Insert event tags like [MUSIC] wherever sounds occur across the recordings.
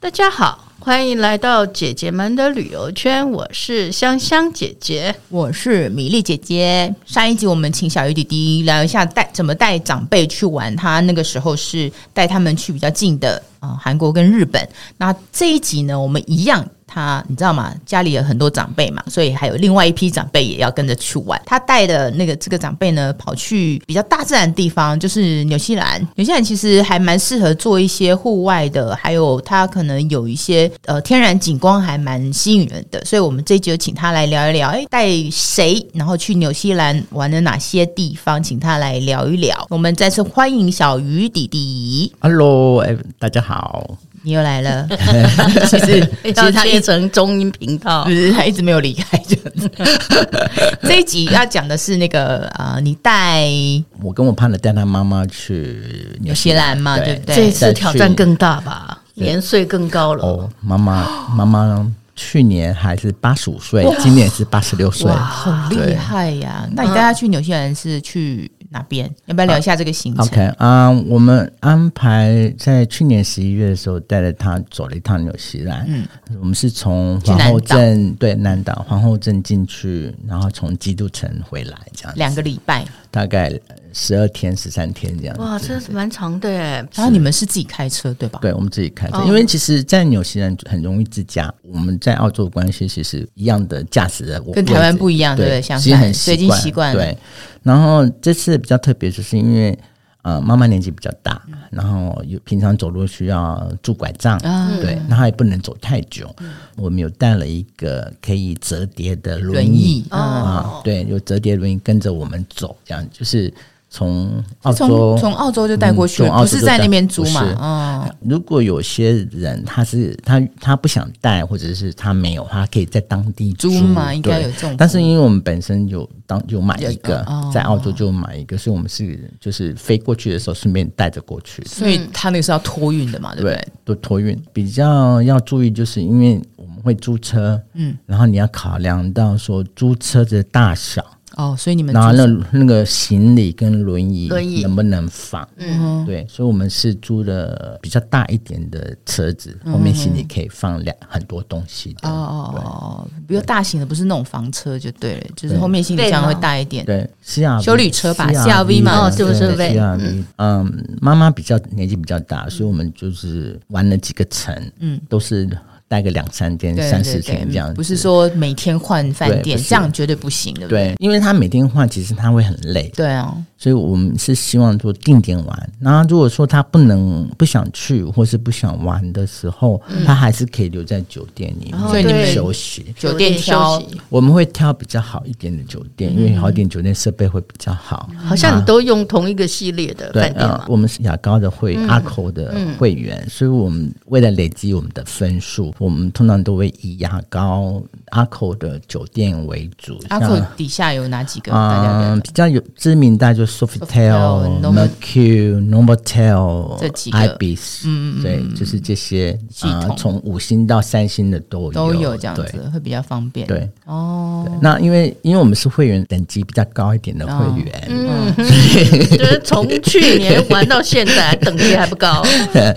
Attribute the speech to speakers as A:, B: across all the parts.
A: 大家好，欢迎来到姐姐们的旅游圈，我是香香姐姐。
B: 我是米粒姐姐。上一集我们请小鱼弟弟聊一下带怎么带长辈去玩，他那个时候是带他们去比较近的啊、呃韩国跟日本。那这一集呢，我们一样。他你知道吗？家里有很多长辈嘛，所以还有另外一批长辈也要跟着去玩。他带的那个这个长辈呢，跑去比较大自然的地方，就是纽西兰。纽西兰其实还蛮适合做一些户外的，还有它可能有一些呃天然景观还蛮吸引人的。所以我们这一集就请他来聊一聊，哎，带谁，然后去纽西兰玩了哪些地方，请他来聊一聊。我们再次欢迎小鱼弟弟，
C: Hello，哎、大家好。
B: 你又来了。其实哎其
A: 要
B: 实他一
A: 切成中音频道
B: 不，是，他一直没有离开这样子。 [LAUGHS] 这一集要讲的是那个呃，你带
C: 我跟我胖的带他妈妈去
B: 纽西兰嘛，对不
A: 这
B: 对？
A: 次挑战更大吧，
C: 对
A: 年岁更高了。
C: 哦，
B: [GASPS]
C: 妈妈妈妈去年还是八十五岁，今年是八十六岁。
B: 好哦厉
C: 对嗯
B: 害呀！那你带他去纽西兰是去哪边？要不要聊一下这个行程？
C: OK 啊、我们安排在去年十一月的时候，带着他走了一趟纽西兰。嗯，我们是从
B: 去
C: 皇
B: 南
C: 后
B: 岛
C: 镇对南岛皇后镇进去，然后从基督城回来，这样子
B: 两个礼拜，
C: 大概十二天十三天这样子。
A: 哇，真的是蛮长的耶。
B: 然后你们是自己开车对吧？哦
C: 对，我们自己开车，因为其实，在纽西兰很容易自驾。我们在澳洲的关系其实一样的驾驶的位置，
B: 跟台湾不一样对不
C: 对
B: 对相
C: 其实
B: 反
C: 很
B: 所以已经习惯了
C: 对，然后这次比较特别，就是因为呃，妈妈年纪比较大，然后有平常走路需要拄拐杖，
B: 啊嗯
C: 对，那她也不能走太久。我们有带了一个可以折叠的轮
B: 轮椅
C: 啊，对，有折叠轮椅跟着我们走，这样就是从澳洲
B: 从从澳洲就带过去
C: 嗯从
B: 了，
C: 澳
B: 不
C: 洲
B: 是
C: 就
B: 在
C: 带
B: 那边租
C: 不是
B: 嘛？嗯，
C: 如果有些人他是他他不想带，或者是他没有，他可以在当地
B: 租
C: 租
B: 嘛应该
C: 对
B: 有这种
C: 但是因为我们本身有当有买一个
B: 有哦，
C: 在澳洲就买一个，所以我们是就是飞过去的时候顺便带着过去，
B: 所以他那个是要托运的嘛，对不对？，
C: 都托运。比较要注意，就是因为我们会租车，嗯，然后你要考量到说租车子的大小，
B: 哦，所以你们
C: 然后
B: 租
C: 那那个行李跟轮椅
A: 轮椅
C: 能不能放？嗯，对，所以我们是租了比较大一点的车子，后面行李可以放两很多东西的。
B: 嗯哦哦哦，比如大型的，不是那种房车就对了，就是后面行李
A: 对
B: 箱
A: 嘛
B: 会大一点。
C: 对，是啊，
B: 修理车吧 CRV
C: ，CRV
B: 嘛
A: 哦是不是对
C: 对？CRV，嗯，妈妈比较年纪比较
B: 嗯
C: 大，所以我们就是玩了几个城，嗯，都是待个两三天、
B: 对
C: 三
B: 对对
C: 四
B: 嗯
C: 天这样子，
B: 不是说每天换饭
C: 对
B: 店，
C: 不是
B: 这样绝对不行，对不对？
C: 对，因为他每天换，其实他会很累，
B: 对啊，
C: 所以我们是希望说定点玩。那如果说他不能不想去或是不想玩的时候，他还是可以留在酒店里
A: 哦
B: 所以你们
C: 面休息。
B: 酒店挑
A: 休息
C: 我们会挑比较好一点的酒店，因为好一点酒店设备会比较好。
A: 好像你都用同一个系列的
C: 对
A: 饭店
C: 啊
A: 嘛，？
C: 我们是雅高的会、阿口的会员，所以我们为了累积我们的分数，我们通常都会以雅高、阿口的酒店为主。
B: 阿
C: 像
B: 克啊底下有哪几个？大家聊
C: 嗯，
B: 聊
C: 比较有知名大就是 Sofitel、
B: Normal-
C: Mercure、Novotel
B: 这几个
C: Ibis，嗯对，就是这些
B: 系
C: 啊，
B: 统
C: 从五星到三星的都有，
B: 都有这样
C: 对
B: 子，会比较方便。
C: 对，
B: 哦，
C: 对那因为因为我们是会员等级比较高一点的会员，
A: 嗯，就是从去年玩到现在， [LAUGHS] 等级还不高，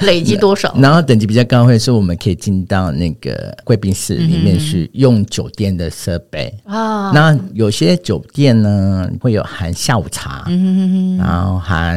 A: 累积多少？
C: 然后等级比较高的会，是我们可以进到那个贵宾室里
B: 嗯
C: 面去用酒店的设备，
A: 啊，
C: 那有些酒店呢会有含下午茶，
B: 嗯
C: 然后含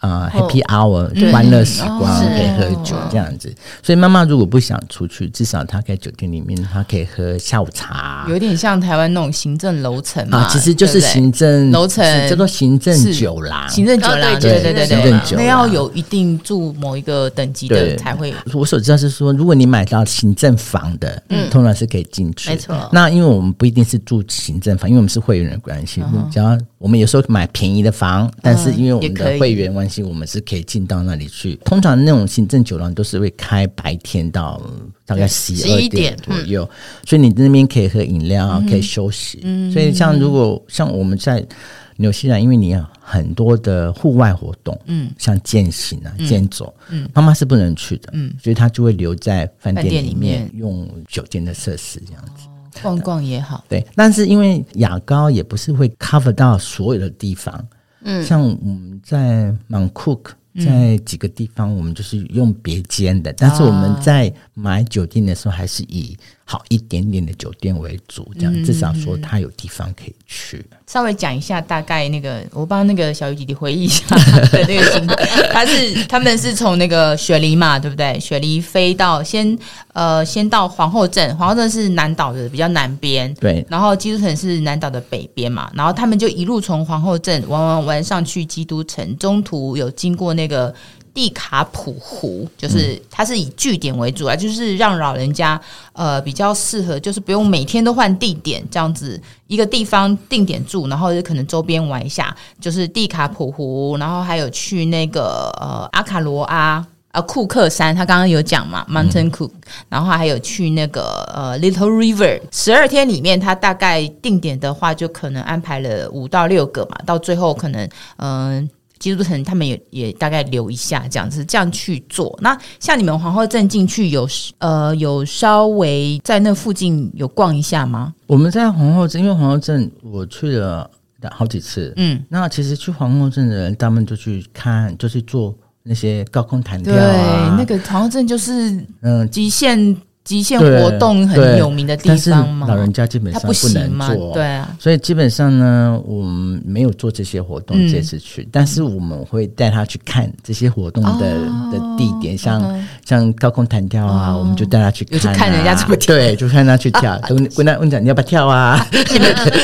C: 呃、Happy
B: 哦
C: Hour
B: 嗯
C: 欢乐时光
A: 是
C: 可以喝酒这样子。所以妈妈如果不想出去，至少她在酒店里面，她可以喝下午茶。
B: 有点像台湾那种行政楼层嘛
C: 啊，，其实就是
B: 对不对
C: 行政
B: 楼层
C: 是叫做行政
B: 是
C: 酒廊。
B: 行政酒廊，
A: 哦
B: 对
A: 对
B: 对对
A: 行
B: 对
A: 政
C: 酒
B: 那
C: 廊
B: 要有一定住某一个等级的才会。
C: 我所知道是说，如果你买到行政房的，
B: 嗯
C: 通常是可以进去。
A: 没错
C: 那因为我们不一定是住行政房，因为我们是会员的关系，
B: 嗯
C: 只要我们有时候买便宜的房，但是因为我们
B: 也可以
C: 的会员关系，我们是可以进到那里去。通常那种行政酒廊都是会开白天到嗯大概十
A: 11
C: 二
A: 点
C: 点嗯左右，所以你那边可以喝饮料，可以休息。所以像如果像我们在。纽西兰，因为你有很多的户外活动，嗯，像健行啊、健走，嗯，妈妈是不能去的，嗯，所以她就会留在饭
B: 饭
C: 店
B: 店
C: 里
B: 里面
C: 面用酒店的设施这样子。
B: 逛逛也好，
C: 对，但是因为雅高也不是会 cover 到所有的地方，嗯，像我们在 Mount Cook，在几个地方我们就是用别间的，但是我们在买酒店的时候还是以好一点点的酒店为主，这
B: 嗯
C: 样至少说它有地方可以去。
B: 稍微讲一下大概那个，我帮那个小雨姐姐回忆一下对那个经过。他是他们是从那个雪梨嘛，对不对？雪梨飞到先呃先到皇后镇，皇后镇是南岛的比较南边，
C: 对
B: 然后基督城是南岛的北边嘛，然后他们就一路从皇后镇玩玩玩上去基督城，中途有经过那个蒂卡普湖，就是它是以据点为主啊，就是让老人家呃比较适合，就是不用每天都换地点这样子，一个地方定点住，然后就可能周边玩一下，就是蒂卡普湖，然后还有去那个呃阿卡罗阿。呃，库克山，他刚刚有讲嘛，Mountain Cook，、然后还有去那个呃 Little River，十二天里面，他大概定点的话，就可能安排了五到六个嘛，到最后可能嗯、基督城他们也也大概留一下，这样子这样去做。那像你们皇后镇进去有呃有稍微在那附近有逛一下吗？
C: 我们在皇后镇，因为皇后镇我去了好几次，
B: 嗯，
C: 那其实去皇后镇的人，他们就去看，就去做那些高空弹跳
B: 对，
C: 啊，
B: 那个皇后镇就是
C: 嗯，
B: 极限极限
C: 对
B: 活动很
C: 对
B: 有名的地
C: 但是
B: 方嘛，
C: 老人家基本
B: 他
C: 上不
B: 行
C: 能
B: 嘛，
C: 做，
B: 对啊。
C: 所以基本上呢，我们没有做这些活动
B: 嗯
C: 这次去，但是我们会带他去看这些活动的、
B: 哦
C: 的地点，像、
B: 嗯哦
C: 像高空弹跳啊，我们就带他去看、
B: 有
C: 啊，
B: 去看人家怎么跳
C: 对，就
B: [LAUGHS]
C: 看他去跳，就问他问讲你要不要跳啊？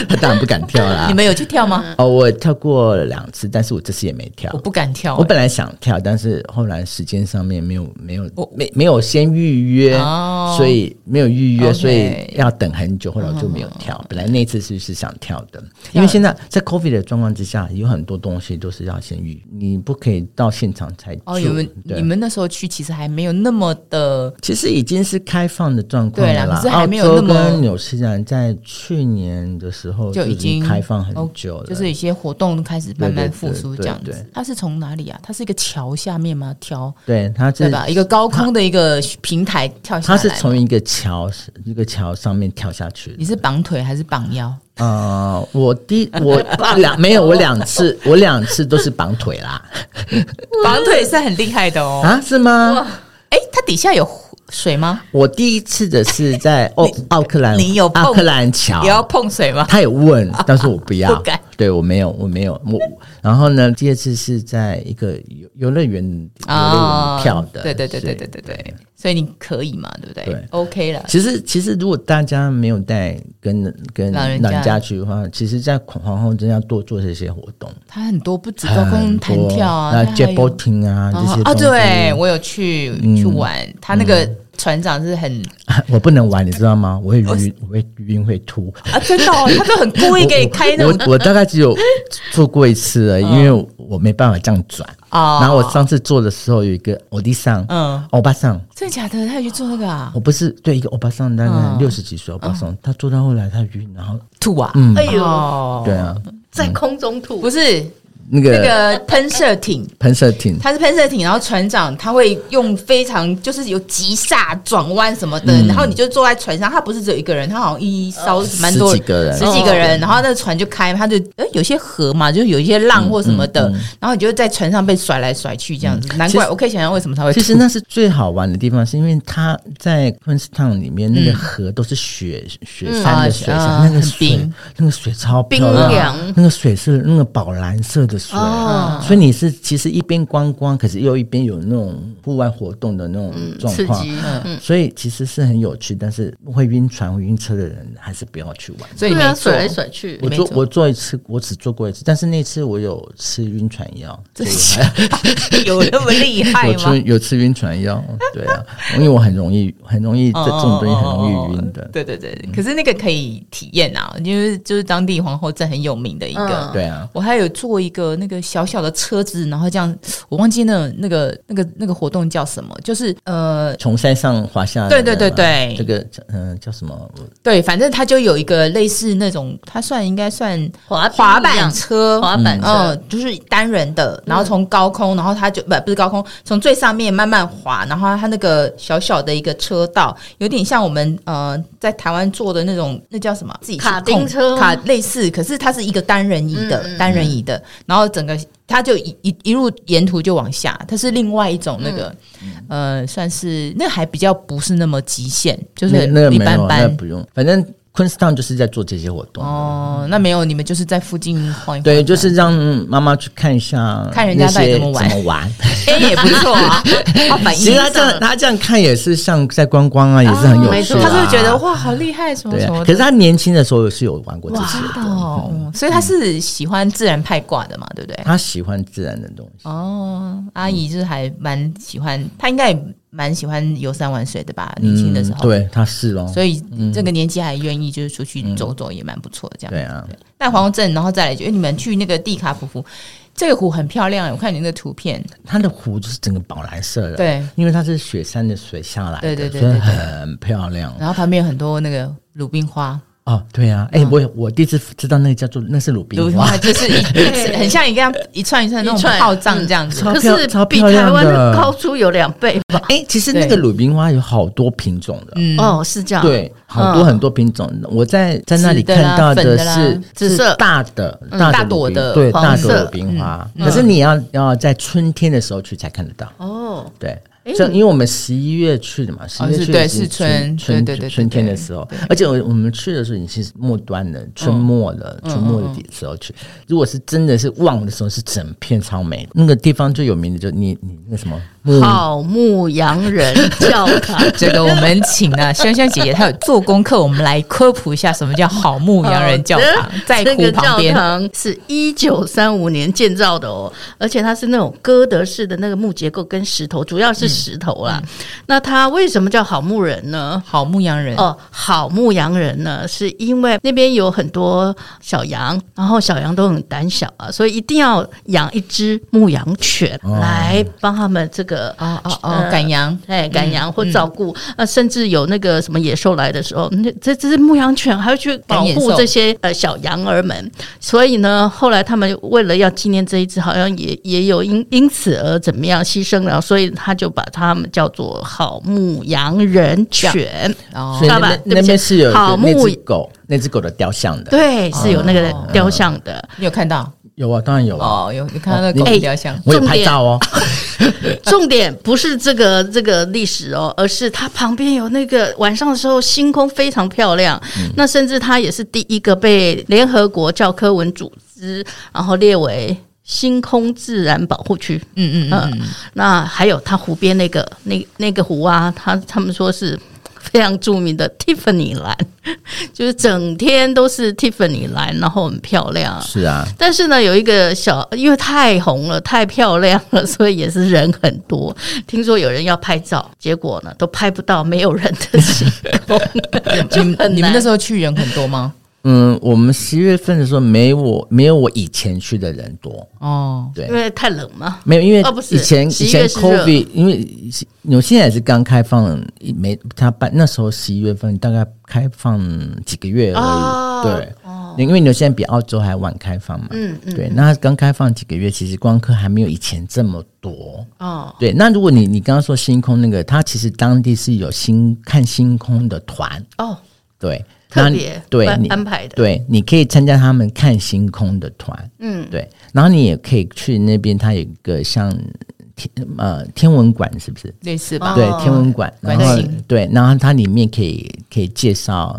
C: 他当然不敢跳啦
B: [LAUGHS] 你。们有去跳吗？
C: 哦，我跳过两次，但是我这次也没跳
B: 我。不敢跳、
C: 我本来想跳，但是后来时间上面没有没有
B: 我
C: 没没有先预约，
B: 哦
C: 所以没有预约
B: OK 嗯
C: 所以要等很久，后来我就没有跳。本来那一次是是想跳的，因为现在在 COVID 的状况之下，有很多东西都是要先预，你不可以到现场才去。
B: 哦，你们
C: 对
B: 你们那时候去其实还没有那么的
C: 其实已经是开放的状况
B: 对啦
C: 了啦
B: 可是，还
C: 澳
B: 没有那
C: 洲
B: 么
C: 跟纽西兰在去年的时候
B: 就已
C: 已经
B: 经
C: 开放很
B: 哦
C: 久了，
B: 就是一些活动开始慢慢复苏
C: 对对对
B: 这样
C: 对
B: 子。它是从哪里啊？它是一个桥下面吗？桥
C: 对，它
B: 对
C: 是
B: 吧？一个高空的一个平台跳下
C: 它
B: 来。
C: 是从一个桥一个桥上面跳下去的
B: 你是绑腿还是绑腰？
C: 呃，
B: [LAUGHS]
C: 我第我两没有，我两次我两次都是绑腿啦
B: 绑腿是很厉害的哦。
C: 啊，是吗？
B: 哎，它底下有水吗？
C: 我第一次的是
B: [LAUGHS]
C: 在奥奥克兰，
B: 你有
C: 奥
B: 碰
C: 克兰桥
B: 也，要碰水吗？
C: 他
B: [LAUGHS]
C: 有问，但是我不要，
B: 不敢
C: 对我没有，我没有我。然后呢，第二次是在一个游游乐园游乐园
B: 啊，
C: 票的，
B: 对对对
C: 所以
B: 对对对对，所以你可以嘛，对不对
C: 对
B: o k 了。
C: 其实，其实如果大家没有带跟跟
B: 老
C: 老
B: 人
C: 人
B: 家
C: 家去的话，其实，在皇后真要多做这些活动，
B: 它很多不止高空弹跳啊，
C: 那
B: 它还
C: jet
B: 有
C: boating 啊这些
B: 啊，
C: 东西嗯
B: 对我有去、去玩，他那个船长是很、
C: [LAUGHS] 嗯我不能玩，你知道吗？我会
B: 哦
C: 晕，我会晕，会吐。
B: 啊，真的、哦，他都很故意给你开那
C: 我
B: 种哦
C: 我我大概只有做过一次
B: [LAUGHS]
C: 而已，因为我没办法这样转。
B: 啊，
C: 然后我上次做的时候，有一个欧弟上，
B: 嗯，
C: 欧巴桑，
B: 真的假的？他有去做那个啊，
C: 我不是对一个欧巴桑，大概
B: 嗯
C: 六十几岁欧巴桑，他做到后来他晕，然后
B: 吐啊，
A: 哎呦，
B: 哦，嗯
C: 对，啊，
A: 在空中吐，
B: 不是
C: 那
B: 那
C: 个
B: 个喷射艇。
C: 喷射艇，
B: 它是喷射艇，然后船长他会用非常就是有急刹、转弯什么的，然后你就坐在船上，他不是只有一个人，他好像一艘蛮多
C: 十几个人
B: 哦十几个人，哦然后那船就开，他就呃有些河嘛，就是有一些浪或什么的，然后你就在船上被甩来甩去这样子，难
C: 其
B: 怪
C: 实
B: 我可以想象为什么他会吐。
C: 其实那是最好玩的地方，是因为它在 Queenstown 里面那
A: 嗯
C: 个河都是雪、雪山的水下，
B: 啊
C: 那个
B: 很
C: 水
B: 冰
C: 那个水超漂
A: 冰
C: 亮
A: 凉
C: 那个水是那个宝蓝色的水，
A: 哦
C: 所以你是其实一边观光，可是又一边有那种户外活动的那种状
A: 刺
C: 况。
A: 激，嗯，
C: 所以其实是很有趣，但是会晕船、会晕车的人还是不要去玩。
B: 所以
A: 对
B: 没
A: 啊，
B: 错
A: 甩，来甩去
C: 我
B: 没
C: 做
B: 错
C: 我做一次，我只做过一次，但是那次我有吃晕船药，所以
B: 有那么厉害
C: 有
B: [LAUGHS] 吗
C: 吃？有吃晕船药，对啊，因为我很容易很容
B: 哦
C: 易这这种东西很容易晕的，
B: 对对对，可是那个可以体验啊，因为就是当地皇后镇很有名的一个。
A: 嗯
C: 对啊，
B: 我还有做一个那个小小的车子，然后这样，我忘记那那个那个那个活动叫什么，就是呃，
C: 从山上滑下来，
B: 对对对对
C: 这个嗯、叫什么？
B: 对，反正它就有一个类似那种，它算应该算
A: 滑冰一样
B: 滑板车，
A: 滑板车，
B: 嗯，就是单人的，然后从高空，然后它就不不是高空，从最上面慢慢滑，然后它那个小小的一个车道，有点像我们呃在台湾坐的那种，那叫什么？自己去
A: 卡
B: 控
A: 丁车吗
B: 卡类似，可是它是一个单人椅的，
A: 嗯嗯
B: 单人椅的，然后整个它就一一一路沿途就往下，它是另外一种那个、呃，算是那还比较不是那么极限，就
C: 那
B: 是
C: 那个
B: 一
C: 没
B: 般
C: 有，那
B: 般
C: 个不用，反正 Queenstown 就是在做这些活动。
B: 哦，那没有，你们就是在附近晃一晃，
C: 对，就是让妈妈去看一下，
B: 看人家到底怎
C: 怎
B: 么玩
C: 么玩。
B: 哎也不错啊，他反应
C: 其实他这样，他这样看也是像在观光啊，也是很有
A: 没
C: 趣、
A: 错
C: 啊。
B: 哦他是觉得哇好厉害什么
C: 对
B: 什
C: 啊、
B: 么的，
C: 可是他年轻的时候是有玩过这些
B: 真的
C: 的，
B: 哦，嗯所以他是喜欢自然派挂的嘛，对不对？
C: 他喜欢自然的东西。
B: 哦，阿姨就是还蛮喜欢，她应该也蛮喜欢游山玩水的吧？年轻的时候，
C: 嗯，对，他是哦。
B: 所以这个年纪还愿意就是出去走走也蛮不错的这样。
C: 对啊，
B: 带黄镇，然后再来就，因为哎你们去那个蒂卡普湖，这个湖很漂亮，我看你那个图片，
C: 它的湖就是整个宝蓝色的，
B: 对，
C: 因为它是雪山的水下来的，
B: 对对对
C: 所以
B: 对对
C: 很漂亮
B: 然后旁边有很多那个鲁冰花，
C: 哦。对啊，哎、我我第一次知道那个叫做那是鲁
B: 鲁
C: 冰
B: 冰
C: 花
B: 花，就是一一很像一个样
C: [LAUGHS]
B: 一串一串那
A: 一
B: 种
A: 串
B: 炮仗这样子。
C: 超
A: 可
C: 漂
A: 是
C: 超
A: 比
C: 漂
A: 台
C: 亮
A: 湾的
C: 的
A: 高出有两倍吧？
C: 哎、其实那
B: 对
C: 个鲁冰花有好多品种的，
B: 嗯，
A: 哦，是这样。，
C: 对，好多很多品种。我在在那里
B: 紫的啦
C: 看到
B: 粉的啦嗯
C: 是
A: 紫
C: 是
A: 色
C: 大的大
B: 大
C: 的
B: 朵
C: 鲁冰
B: 的
C: 对
B: 黄嗯
C: 大朵
A: 色
C: 的冰花，可是你要要在春天的时候去才看得到。
A: 哦，
C: 对
A: 诶，哦
C: 这因为我们十一月去的嘛，十一
B: 是
C: 月去
B: 对
C: 的
B: 是春
C: 春
B: 对对对对
C: 春天的时候，而且我我们去的时候已经是末端
A: 嗯
C: 了，春末了，春末的时候去。如果是真的是旺的时候，是整片超美的。那个地方最有名的就你你那个什么木
A: 好牧羊人教堂，
B: 这个我们请
C: [LAUGHS]
B: 了萱萱姐姐，她有做功课，我们来科普一下什么叫好牧羊人教堂
C: [LAUGHS]
A: 好，
B: 在
A: 哦这
B: 湖
A: 个
B: 旁
A: 教
B: 边。
A: 堂是一九三五年建造的哦，而且它是那种哥德式的那个木结构跟石头，主要是石头啦。那它为什么叫好牧人呢？
B: 好牧羊人，
A: 哦，好牧羊人呢，是因为那边有很多小羊，然后小羊都很胆小啊，所以一定要养一只牧羊犬、
C: 哦
A: 来帮他们这个
B: 哦哦哦，
C: 嗯
A: 呃
B: 赶羊，
A: 哎，赶羊或照顾，呃，甚至有那个什么野兽来的时候，那这这只牧羊犬还要去保
B: 赶野
A: 护
B: 兽
A: 这些呃小羊儿们。所以呢，后来他们为了要纪念这一只，好像也也有因因此而怎么样牺牲了，所以他就把他们叫做好牧羊人犬。
B: 哦
C: 所以那
A: 爸爸
C: 边
A: 对不起
C: 那边是有一
A: 好
C: 个那
A: 木
C: 只狗那只狗的雕像的，
A: 对，是有那个
B: 哦
A: 雕像的。
B: 你有看到
C: 有啊，当然有啊，
B: 哦，有有看到那个狗
C: 哦
A: 哎
B: 比较像，
C: 我有
A: 重
C: 拍
A: 点
C: 照哦。
A: 重点不是这个这个历史哦，而是它旁边有那个晚上的时候星空非常漂亮。
B: 嗯
A: 那甚至它也是第一个被联合国教科文组织然后列为星空自然保护区。呃
B: 嗯嗯嗯嗯，
A: 那还有它湖边那个那那个湖啊，它他们说是。非常著名的 Tiffany 蓝， [LAUGHS] 就是整天都是 Tiffany 蓝，然后很漂亮。
C: 是啊，
A: 但是呢，有一个小，因为太红了，太漂亮了，所以也是人很多。听说有人要拍照，结果呢都拍不到，没有人的星空，就
B: 你
A: 很难
B: 们你们那时候去人很多吗？
C: 嗯，我们十一月份的时候没我没有我以前去的人多，
B: 哦，
C: 对
A: 因，为太冷嘛。
C: 没有，因为
A: 哦不是
C: 以前、以
A: 11
C: 前
A: 月是热
C: COVID，因为纽西兰也是刚开放，没他办那时候十一月份大概开放几个月而已，
A: 哦
C: 对，因为纽西兰比澳洲还晚开放嘛，
A: 嗯嗯
C: 对，那它刚开放几个月，其实观光客还没有以前这么多，
A: 哦，
C: 对，那如果你你刚刚说星空那个，它其实当地是有星看星空的团，
A: 哦，
C: 对，
A: 特
C: 那你
A: 别
C: 对
A: 安
C: 你
A: 安排的
C: 对，你可以参加他们看星空的团，
A: 嗯，
C: 对，然后你也可以去那边，它有一个像天呃天文馆，是不是？
B: 类似吧，
A: 哦
C: 对，天文馆，
B: 关
C: 然后
B: 心
C: 对，然后它里面可以可以介绍。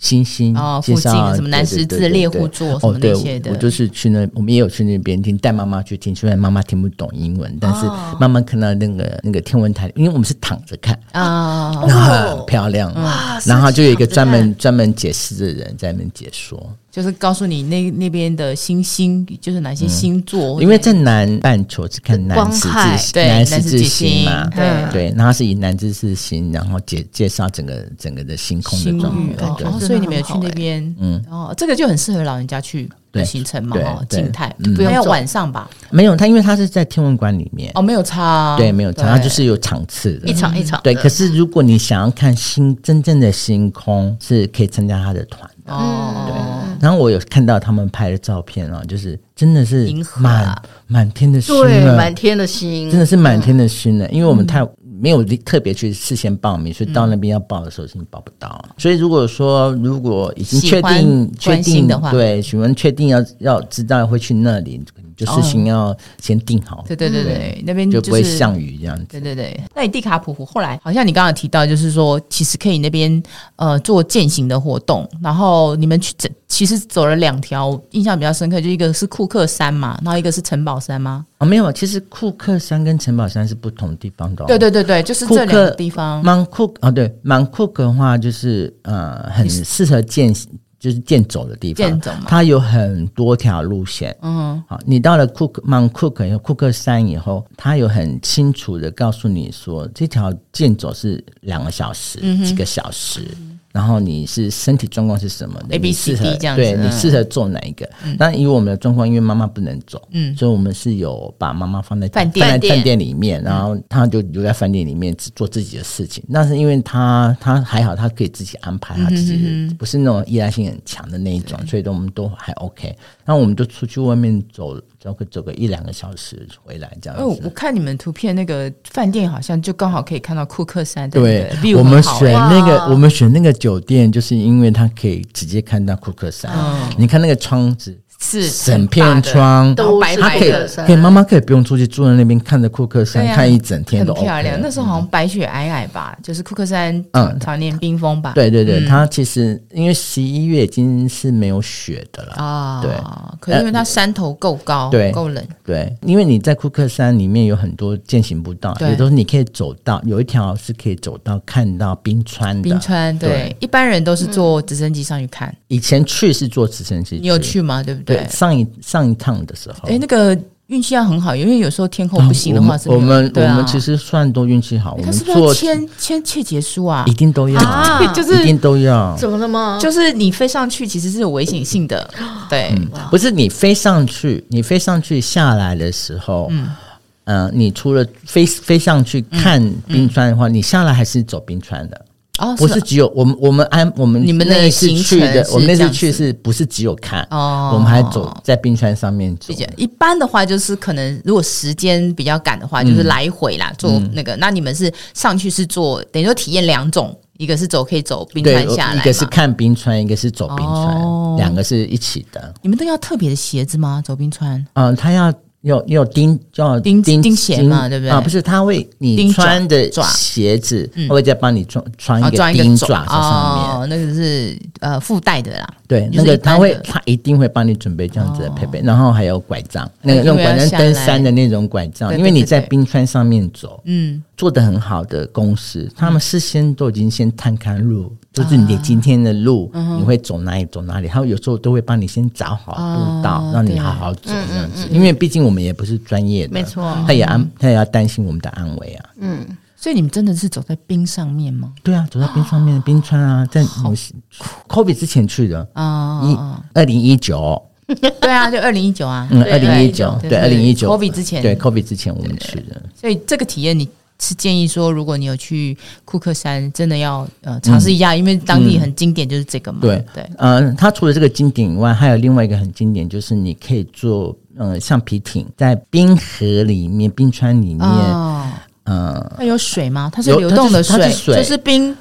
C: 星星
B: 哦
C: 介绍
B: 附近什么
C: 对
B: 南
C: 对
B: 十字
C: 对对
B: 猎
C: 对
B: 户座什
C: 哦，
B: 么
C: 对，
B: 那些的
C: 我就是去那，我们也有去那边听，带妈妈去听，虽然妈妈听不懂英文，但是
B: 哦
C: 妈妈看到那个那个天文台，因为我们是躺着看，
B: 啊，
C: 那 [LAUGHS] 很漂亮，
B: 嗯
A: 哇
C: 然后就有一个
A: 设计好
C: 专
A: 的
C: 门专门解释的人在那边解说，
B: 就是告诉你那那边的星星，就是哪些星座，
C: 嗯因为在南半球只看南十
A: 光
C: 字
A: 害
C: 星，
B: 对
C: 南
B: 南
C: 十
B: 十字
C: 字星嘛
B: 星，对
C: 对，然后是以南十字星，然后介介绍整个整个的星空
B: 星
C: 的状
B: 域
C: 态，
B: 哦，
C: 对
B: 哦
A: 真的
B: 所以你们有
A: 很
B: 去
A: 好
B: 那
A: 欸
B: 边，嗯，哦，这个就很适合老人家去的
C: 对
B: 行程嘛，
C: 对
B: 哦，
C: 对
B: 静态
C: 嗯
A: 不
B: 不要
A: 用走
B: 晚上吧，
C: 没有，它因为它是在天文馆里面，
B: 哦，没有差啊，
C: 对，没有，它
B: 对
C: 就是有场次的
A: 一。场一场的
C: 对，可是如果你想要看星真正的星空，是可以参加他的团的。
B: 哦，
C: 然后我有看到他们拍的照片啊，就是真的是
B: 银河啊
C: 满满天的星
A: 对，
C: 啊，
A: 满天的星，
C: 真的是满天的星
B: 嗯
C: 呢，因为我们太没有特别去事先报名，所以到那边要报的时候已经报不到。所以如果说如果已经
B: 喜
C: 确
B: 欢
C: 定确
B: 关心
C: 定
B: 的话
C: 对，喜欢确定要要知道会去那里，就事情要先定好，
B: 对对对对，那边
C: 就不会
B: 是
C: 像雨这样子。
B: 对对对，那你蒂卡普湖后来好像你刚刚有提到，就是说其实可以那边呃做践行的活动，然后你们去整其实走了两条，印象比较深刻，就一个是库克山嘛，然后一个是城堡山吗？
C: 啊，没有，其实库克山跟城堡山是不同地方的、哦。
B: 对对对对，就是
C: 库
B: 这两个
C: 克
B: 地方。
C: Mount Cook 啊，对，Mount Cook 的话就是呃，很适合健就是健走的地方，
B: 健走嘛
C: 它有很多条路线。嗯，好，你到了 Cook Mount Cook 以后，库克山以后，它有很清楚的告诉你说，这条健走是两个小时，
B: 嗯
C: 几个小时。然后你是身体状况是什么的
B: A B
C: 你适
B: C D
C: 合
B: 这样子
C: 对你
B: 嗯
C: 适合做哪一个？那以我们的状况，因为妈妈不能走，嗯，所以我们是有把妈妈放在
B: 饭店
C: 放在
A: 饭
C: 饭
A: 店
C: 店里
B: 嗯
C: 面，然后她就留在饭店里面只做自己的事情。那是因为她她还好，她可以自己安排她
B: 嗯
C: 自己的，不是那种依赖性很强的那一种，所以都我们都还 OK。那我们就出去外面走，走个走个一两个小时回来这样
B: 因为我
C: 子。
B: 我看你们图片，那个饭店好像就刚好可以看到库克山的
C: 对
B: 那个 view，
C: 我
B: 很
C: 们
B: 好
C: 选
B: 欸
C: 那
A: 哇
C: 个我们选那个酒店，就是因为它可以直接看到库克山。你看那个窗子，
B: 嗯是
C: 整片，窗，
A: 都是
B: 白
C: 它
B: 白
C: 可以
B: 的，
A: 山
C: 可以妈妈可以不用出去，住在那边看着库克山、
B: 对啊
C: 看一整天
B: 很
C: 都 OK
B: 漂亮。那时候好像白雪皑皑吧，就是库克山
C: 嗯
B: 常年冰封吧。
C: 对对对，它其实因为十一月已经是没有雪的了。
B: 啊，
C: 对呃
B: 可是因为它山头够高，
C: 对
B: 够冷，
C: 对，因为你在库克山里面有很多践行步道，
B: 对
C: 有的时候你可以走到，有一条是可以走到看到冰川的。
B: 冰川对，
C: 对
B: 一般人都是坐直升机上去看，
C: 以前去是坐直升机，
B: 你有？去吗？对不对？
C: 对，上一上一趟的时候，
B: 哎、那个运气要很好，因为有时候天候不行的话是没
C: 嗯我
B: 有
C: 们我
B: 对
C: 们
B: 啊
C: 我们其实算都运气好，我
B: 他
C: 们
B: 是不是要
C: 做
B: 签签切结书啊
C: 一？定都要，
A: 啊
B: 就
C: 一
B: 是
C: 定都要。
A: 怎么了吗？
B: 就是你飞上去其实是有危险性的，对，
C: 不是你飞上去，你飞上去下来的时候，嗯，呃，你除了飞飞上去看冰川的话，你下来还是走冰川的，
B: 哦，
C: 不是只有我们我们安我们
B: 你们的
C: 那一次去
B: 行程
C: 的，
B: 是
C: 我们那
B: 这
C: 次
B: 样子
C: 去是不是只有看？
B: 哦
C: 我们还走在冰川上面走
B: 比。较一般的话，就是可能如果时间比较赶的话，
C: 嗯
B: 就是来回啦，坐那个。那你们是上去是坐，等于说体验两种，一个是走可以走冰
C: 对，
B: 川
C: 我
B: 下来
C: 一
B: 嘛，
C: 个是看冰川，一个是走冰
B: 哦
C: 川，两个是一起的。
B: 你们都要特别的鞋子吗？走冰川？
C: 嗯，他要有有钉，叫
B: 钉
C: 钉
B: 钉鞋嘛对不对
C: 啊，不是，他会
B: 钉
C: 你
B: 爪
C: 穿的
B: 爪嗯
C: 鞋子，他会再帮你穿穿
B: 啊，
C: 一个
B: 装一个
C: 钉
B: 种
C: 爪在上面。
B: 哦，那个是呃附带的啦。
C: 对，
B: 就是
C: 那个
B: 一般
C: 他会
B: 的，哦
C: 他一定会帮你准备这样子的配备，然后还有拐杖，那个用拐
B: 因为要
C: 杖
B: 下来
C: 登山的那种拐
B: 对
C: 杖，
B: 对
C: 因为你在
B: 对对
C: 冰川上面走，
B: 嗯，
C: 做的很好的公司，他们事先都已经先探勘路，就是你今天的
B: 啊
C: 路
B: 嗯
C: 你会走哪里走哪里，他有时候都会帮你先找好路道
B: 哦，
C: 让你
B: 对嗯
C: 好好走这样子，因为毕竟我们也不是专业的，
A: 没错
C: 他也安他也要担心我们的安危啊。
B: 嗯所以你们真的是走在冰上面
C: [LAUGHS]
B: 吗？
C: 对啊，走到冰上面的冰川啊，在我 COVID 之前去的，
B: 啊、
C: 一二零一九。
B: 对啊，就二零一九啊，
C: 嗯，二
A: 对
C: 零一九，
B: 对
C: 对，二零一九
B: COVID 之前
C: 对，COVID 之前我们去的，
B: 所以这个体验你是建议说，如果你有去库克山，真的要呃尝试一下，因为当地很经典就是这个嘛。
C: 对
B: 对，
C: 嗯，它除了这个经典以外，还有另外一个很经典，就是你可以做，嗯，橡皮艇在冰河里面、冰川里面，
B: 哦，
C: 嗯，
B: 那有水吗？它是
C: 有
B: 流动的
C: 它是它是水
B: 就是冰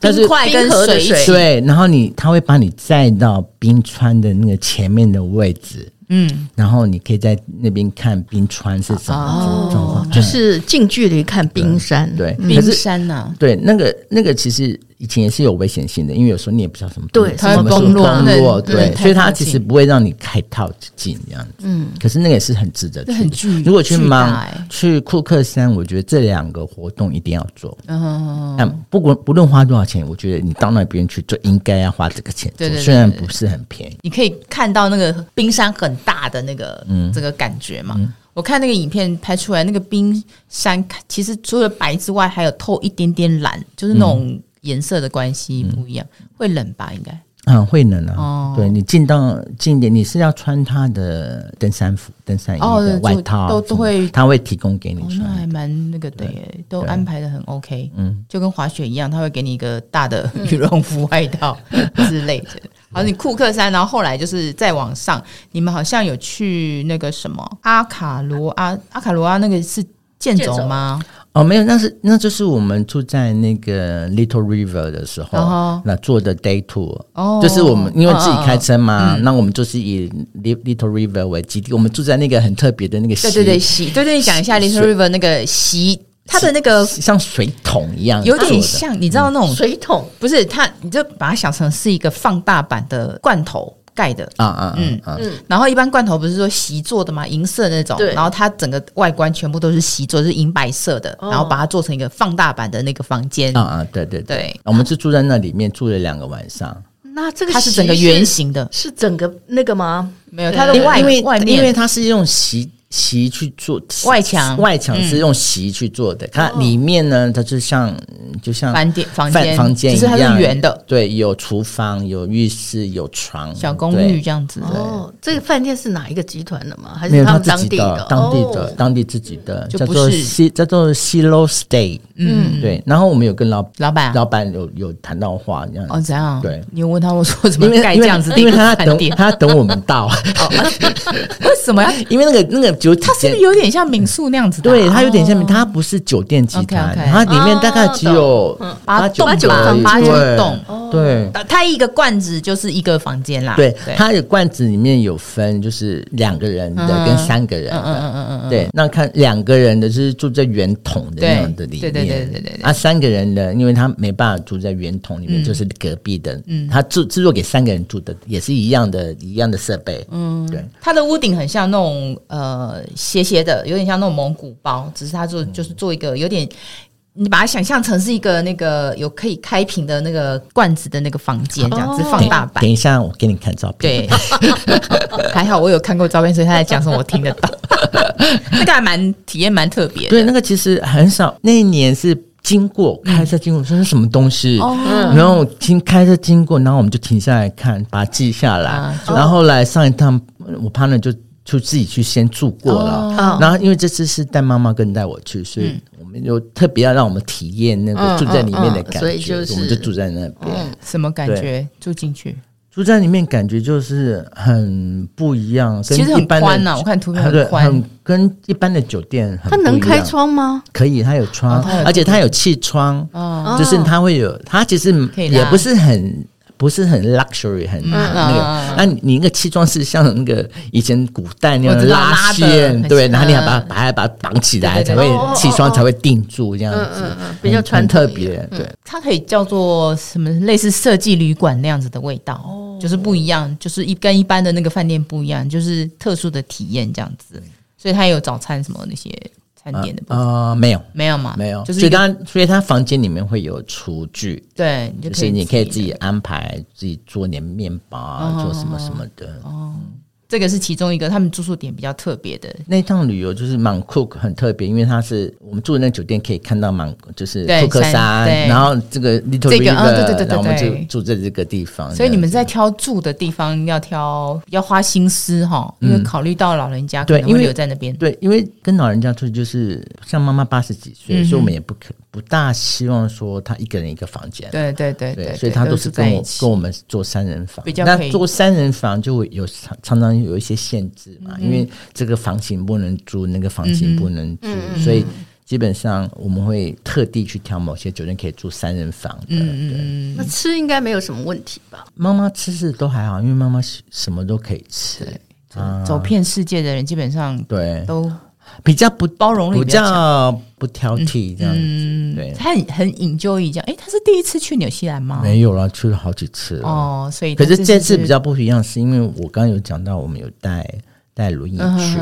C: 它是
B: 冰块跟
A: 冰河的
B: 水一起。
C: 对，然后你它会把你载到冰川的那个前面的位置，
B: 嗯，哦
C: 然后你可以在那边看冰川是什么状况，
A: 就是近距离看冰山，
C: 对，嗯可
B: 冰
C: 是
B: 山啊呐、
C: 对，那个那个其实以前也是有危险性的，因为有时候你也不知道什么
A: 对
C: 地
A: 它
C: 什
A: 会
C: 么
B: 崩落啊
C: 崩落，
B: 对
C: 对
B: 对，
C: 所以
B: 太靠
C: 它
B: 近
C: 其实不会让你太靠近这样子。嗯，可是那个也是很值得
B: 这
C: 去
B: 很巨
C: 的。如果去
B: 巨大
C: 芒
B: 欸
C: 去库克山，我觉得这两个活动一定要做。
B: 嗯，
C: 但不管不论花多少钱，我觉得你到那边去就应该要花这个钱做
B: 对对，对
C: 虽然不是很便宜。
B: 你可以看到那个冰山很大的那个、这个感觉嘛。
C: 嗯
B: 我看那个影片拍出来，那个冰山其实除了白之外，还有透一点点蓝，就是那种颜色的关系不一样，会冷吧？应该
C: 嗯，会冷啊。
B: 哦
C: 对你进到近一点，你是要穿它的登山服、登山衣
B: 哦
C: 的
B: 就
C: 外套啊什
B: 都
C: 么的，
B: 都会
C: 它会提供给你
B: 哦，
C: 穿
B: 那。还蛮那个的耶，都
C: 对啊
B: 安排的很 OK，嗯，就跟滑雪一样，他会给你一个大的
C: 嗯
B: 羽绒服外
C: [LAUGHS]
B: 套之类的。好，你库克山，然后后来就是再往上，你们好像有啊去那个什么阿卡罗阿阿卡罗阿那个是剑
A: 剑
B: 走
A: 走
B: 吗？
C: 哦，没有，那是那就是我们住在那个 Little River 的时候
B: 哦
C: 那做的 day tour，、
B: 哦
C: 就是我们因为自己开车
B: 哦
C: 嘛
B: 哦哦
C: 那我们就是以 Li- Little River 为基地，我们住在那个很特别的那个溪，
B: 对对对，洗对对，你讲一下 Little River 那个洗，它的那个
C: 像水桶一样，
B: 有点。
C: 嗯
B: 像，你知道那种
A: 水桶
B: 不是它，你就把它想成是一个放大版的罐头盖的。
C: 啊啊嗯啊！
B: 然后一般罐头不是说席做的吗？银色的那种
A: 对，
B: 然后它整个外观全部都是席做，是银白色的，
A: 哦
B: 然后把它做成一个放大版的那个房间。
C: 啊啊，对对
B: 对，
C: 我们是住在那里面住了两个晚上，
A: 那这个
B: 它是整个
A: 席
B: 圆形的，
A: 是整个那个吗？
B: 没有它的
A: 因为
B: 外
C: 因为
B: 外
C: 因为
B: 面
C: 它是用席席去做
B: 外墙嗯哦
C: 外墙是用席去做的，它里面呢，它就像就像
B: 房间房
C: 饭
B: 间
C: 房间
B: 就
C: 一
B: 是它
C: 样
B: 是圆的
C: 对，有厨房、有浴室、有床，
B: 小公
C: 对
B: 寓这样子。
A: 哦，这个饭店是哪一个集团的吗？还
C: 没
A: 是
C: 有
A: 他
C: 他
A: 们
C: 自
A: 当
C: 己
A: 地
C: 的
A: 的？、
C: 当地的、
A: 哦
C: 当地自己的，
B: 就
C: 叫
B: 不
C: 做
B: 是
C: 西叫做 Silo Stay，
B: 嗯，
C: 对。然后我们有跟老
B: 老板啊
C: 老板有有谈到话这样
B: 哦，怎样？
C: 对
B: 你有问他我说怎么
C: 因为
B: 盖
C: 因
B: 这
C: 为
B: 样子的一
C: 因
B: 个
C: 为他
B: 饭
C: 等
B: 店？
C: 他等我们到， [LAUGHS]
B: 为什么要？
C: 因为那个那个酒
B: 它是不是有点像民宿那样子的啊？
C: 对，它有点像，它不是酒店集团，
B: OK，OK 嗯
C: 它里面大概
A: 哦
C: 只有八九
B: 八
A: 九
C: 个
A: 栋
B: 八九
C: 对
B: 栋
C: 对
B: 呃它一个罐子就是一个房间啦。
C: 对，它的罐子里面有分，就是两个人的跟三个人
B: 嗯嗯嗯
C: 的。
B: 嗯嗯嗯，
C: 对，那看两个人的就是住在圆筒的那
B: 对
C: 种的里
B: 对
C: 面，
B: 对对对对嗯对
C: 啊，三个人的，因为他没办法住在圆筒里面，就是隔壁的，嗯，他制制作给三个人住的，也是一样的，一样的设备，嗯，对，
B: 它的屋顶很像那种呃斜斜的，有点像那种蒙古包，只是它做就是做一个有点。你把它想象成是一个那个有可以开屏的那个罐子的那个房间，这样子
A: 哦
B: 放大版
C: 等。一下，我给你看照片。
B: 对， [LAUGHS] 还好我有看过照片，所以他在讲什么我听得到。那个还蛮体验蛮特别的。
C: 对，那个其实很少。那一年是经过开车经过，说是什么东西，
B: 哦
A: 嗯
C: 然后经开车经过，然后我们就停下来看，把它记下来。
B: 啊
C: 然后后来上一趟，我 partner 就就自己去先住过了。
A: 哦
C: 然后因为这次是带妈妈跟带我去，所以我们就特别要让我们体验那
B: 嗯
C: 个住在里面的
A: 嗯嗯
C: 感觉，
A: 所以就是
C: 我们就住在那边。
B: 什么感觉？住进去
C: 住在里面感觉就是很不一样，跟
B: 其实很
C: 一般的啊
B: 宽啊呐我看图片很
C: 对
B: 宽
C: 很跟一般的酒店很
A: 它能
C: 不一
A: 开
C: 样
A: 窗吗？
C: 可以，它有窗，
B: 哦它有
C: 而且它有气窗，
B: 哦
C: 就是它会有，它其实
B: 可以拉
C: 也不是很。不是很 luxury，很、那
B: 嗯
C: 个，那、你那个气窗是像那个以前古代那
B: 我
C: 样
B: 知道
C: 拉
B: 拉的
C: 线，
B: 很
C: 对，
B: 像
C: 然后你还把它把它把它绑起来，
B: 对对
C: 才
B: 对
C: 会
A: 哦哦
C: 气
A: 哦
C: 窗
A: 哦
C: 才会定住这样
A: 嗯
C: 子
A: 嗯，嗯，比较
C: 很
A: 传
C: 很
A: 统
C: 特
A: 一点
C: 别，对。
B: 它可以叫做什么？类似设计旅馆那样子的味道，
C: 哦
B: 就是不一样，就是一跟一般的那个饭店不一样，就是特殊的体验这样子。所以它也有早餐什么那些餐点的部分，
C: 嗯啊、呃没有
B: 没有吗？
C: 没有，
B: 嗯就是一
C: 所以
B: 个
C: 它所以它房间里面会有厨具，
B: 对，你就
C: 就
B: 可以
C: 是你可以自
B: 己哦
C: 己安排自己做点面包啊，做什么什么的。
B: 这个是其中一个他们住宿点比较特别的，
C: 那一趟旅游就是 Mount Cook 很特别，因为它是我们住的那酒店可以看到 Mount 就是
B: 对
C: 库克
B: 山
C: 山，
B: 对
C: 然后这个 Little
B: 这
C: River，、
B: 个啊对对对对
C: 然后我们
B: 对
C: 就住在这个地方。
B: 所以你们
C: 这样
B: 在挑住的地方要挑要花心思哈，因为考虑到老人家可
C: 嗯对
B: 能会
C: 因为
B: 留在那边
C: 子。对，因为跟老人家出去就是像妈妈八十几岁，
B: 嗯哼
C: 所以我们也不可不大希望说她一个人一个房间。
B: 对对对
C: 对
B: 对，
C: 所以她
B: 都
C: 是
B: 在
C: 跟
B: 一
C: 我
B: 起
C: 跟。我们做三人房
B: 比较，可以
C: 那做三人房就会有常常常有一些限制嘛，
B: 嗯
C: 因为这个房型不能住，那个房型不能
B: 嗯
C: 住，所以基本上我们会特地去挑某些酒店可以住三人房的。
B: 嗯
C: 对
A: 那吃应该没有什么问题吧？
C: 妈妈吃是都还好，因为妈妈是什么都可以吃，
B: 走遍世界的人基本上
C: 啊对，
B: 都
C: 比较不
B: 包容力
C: 比
B: 比较
C: 较不挑剔这样子，
B: 嗯，
C: 对，
B: 他很很 enjoy 这样。哎，他是第一次去纽西兰吗？
C: 没有啦，去了好几次了。
B: 哦，所以
C: 可是
B: 他
C: 这次比较不一样，是因为我刚刚有讲到，我们有带带轮椅
B: 嗯
C: 去，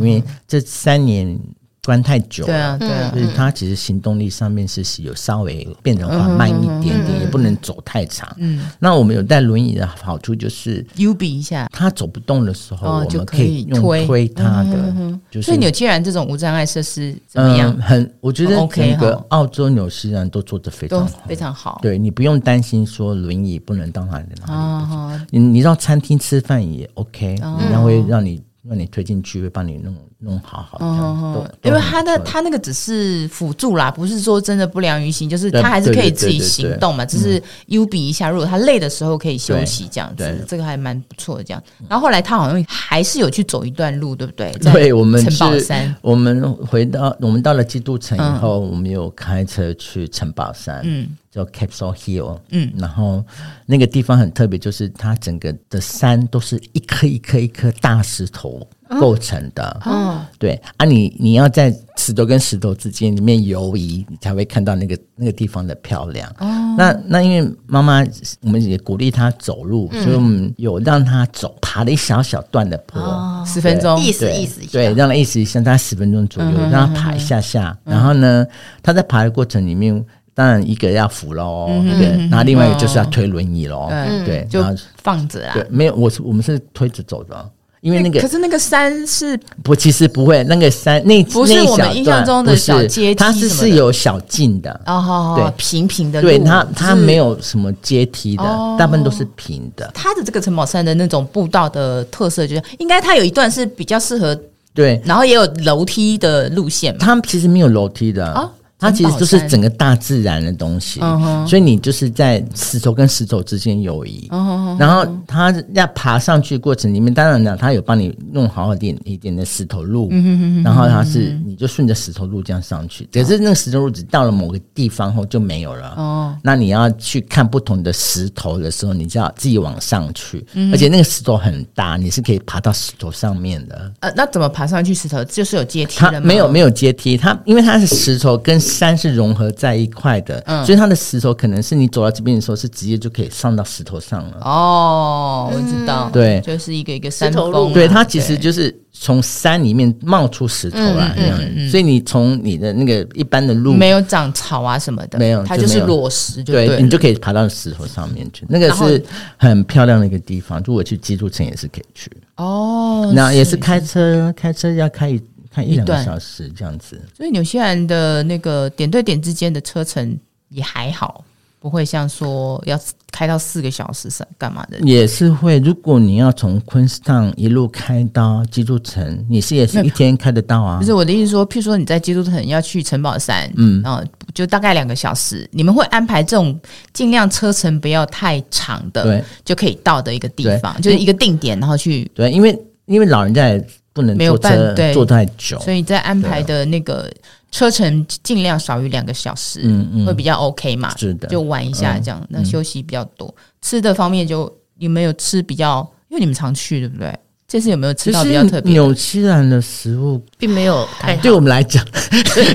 C: 因为这三年关太久
B: 对
C: 了。
B: 啊，对啊
C: 所，以他其实行动力上面是有稍微变得缓慢一点点，也不能走太长。
B: 嗯
C: 那我们有带轮椅的好处就是，
B: ，U B 一下。
C: 他走不动的时候，
B: 哦
C: 我
B: 就
C: 们
B: 可
C: 可
B: 以
C: 以用
B: 推嗯
C: 推他的，就是
B: 所以纽西兰这种无障碍设施怎么样
C: 嗯？很，我觉
B: 很
C: 得
B: OK
C: 整个
B: 哈
C: 澳洲、纽西兰都做得非
B: 都
C: 常好
B: 非。常好。
C: 对你不用担心说轮椅不能到哪里哪里
B: 啊哈，
C: 你你到餐厅吃饭也 OK，、
B: 哦
C: 人家会让你让你推进去，会帮你弄弄好好这样子，
B: 嗯，
C: 都
B: 因为
C: 都很
B: 他的
C: 不错
B: 他那个只是辅助啦，不是说真的不良于行，就是
C: 对
B: 他还是可以
C: 对对
B: 自己行动嘛，只是 U 比一下，如果他累的时候可以休息这样
C: 对
B: 子
C: 对，
B: 这个还蛮不错的这样。然后后来他好像还是有去走一段路，对不对？
C: 对我们
B: 城堡
C: 是
B: 山，
C: 我们回到我们到了基督城以后，我们有开车去城堡山，
B: 嗯，
C: 叫 Capsule Hill，
B: 嗯，
C: 然后那个地方很特别，就是它整个的山都是一颗一颗一颗大石头构成的，
B: 哦，
C: 对啊你，你要在石头跟石头之间里面游移，你才会看到那个那个地方的漂亮。哦，那那因为妈妈，我们也鼓励她走路，
B: 嗯
C: 所以我们有让她走，爬了一小小段的坡。
B: 十分钟，
A: 意思
C: 哦对
A: 意思一下，
C: 对，让他意思一下，大概十分钟左
B: 嗯
C: 右，让他爬一下下。然后呢，他在爬的过程里面，当然一个要扶喽，
B: 嗯
C: 对，那另外一个就是要推轮椅喽，对，
B: 哦就
C: 然后
B: 放着啦
C: 对，。没有，我是我们是推着走的，因为那个
B: 可是那个山是
C: 不，其实不会，那个山那
B: 不是
C: 那一
B: 我们
C: 小
B: 印象
C: 段
B: 中的
C: 不是
B: 小阶梯
C: 它是
B: 什么
C: 是
B: 的
C: 有小径的。
B: 哦，好好
C: 对
B: 平平的路，
C: 对它，它
B: 只是
C: 没有什么阶梯的，
B: 哦
C: 大部分都是平的。
B: 它的这个城堡山的那种步道的特色，就是应该它有一段是比较适合，
C: 对，
B: 然后也有楼梯的路线嘛。
C: 它其实没有楼梯的，
B: 哦
C: 它其实就
B: 城堡
C: 是
B: 山嗯
C: 整个大自然的东西，所以你就是在石头跟石头之间游移。
B: 嗯
C: 然后它要爬上去的过程里面，当然了，它有帮你弄好一点一点的石头路，
B: 嗯
C: 然后它是你就顺着石头路这样上去。可是那个石头路只到了某个地方后就没有了。
B: 哦，
C: 那你要去看不同的石头的时候，你就要自己往上去，
B: 嗯
C: 而且那个石头很大，你是可以爬到石头上面的。
B: 呃，那怎么爬上去石头？就是有阶梯
C: 它
B: 了吗？
C: 没有没有阶梯，它因为它是石头跟山是融合在一块的，
B: 嗯
C: 所以它的石头可能是你走到这边的时候是直接就可以上到石头上了。
B: 哦，我知道，
C: 嗯对
B: 就是一个一个山
A: 石头路啊
B: 峰嘛。啊
C: 对，它其实就是从山里面冒出石头来那
B: 嗯
C: 样，所以你从你的那个一般的路，
B: 没有长草啊什么的，
C: 没有
B: 它
C: 就
B: 就是
C: 没有
B: 裸石就
C: 对嗯
B: 了
C: 你就可以爬到石头上面去，那个
B: 然后
C: 是很漂亮的一个地方。如果去基督城也是可以去，
B: 哦，
C: 那也是开车，开车要开一开一两
B: 一
C: 个
B: 段
C: 小时这样子。
B: 所以纽西兰的那个点对点之间的车程也还好，不会像说要开到四个小时是干嘛的。
C: 也是会，如果你要从昆士坦一路开到基督城，你是也是一天开得到啊
B: 不。是我的意思说，譬如说你在基督城要去城堡山，嗯，然后就大概两个小时，你们会安排这种尽量车程不要太长的
C: 对，
B: 就可以到的一个地
C: 对
B: 方，就是一个定点，然后去。
C: 对，因为因为老人家也不能
B: 没有
C: 坐
B: 办
C: 车
B: 对
C: 坐太久，
B: 所以在安排
C: 啊
B: 的那个车程尽量少于两个小时，
C: 嗯嗯
B: 会比较 OK 嘛？
C: 是的嗯
B: 就玩一下这样，那休息比较多。吃的方面就你们有吃比较，因为你们常去，对不对？这次有没有吃
C: 其
B: 到比较特别
C: 实
B: 的？
C: 纽西兰的食物
A: 并没有太好
C: 对我们来讲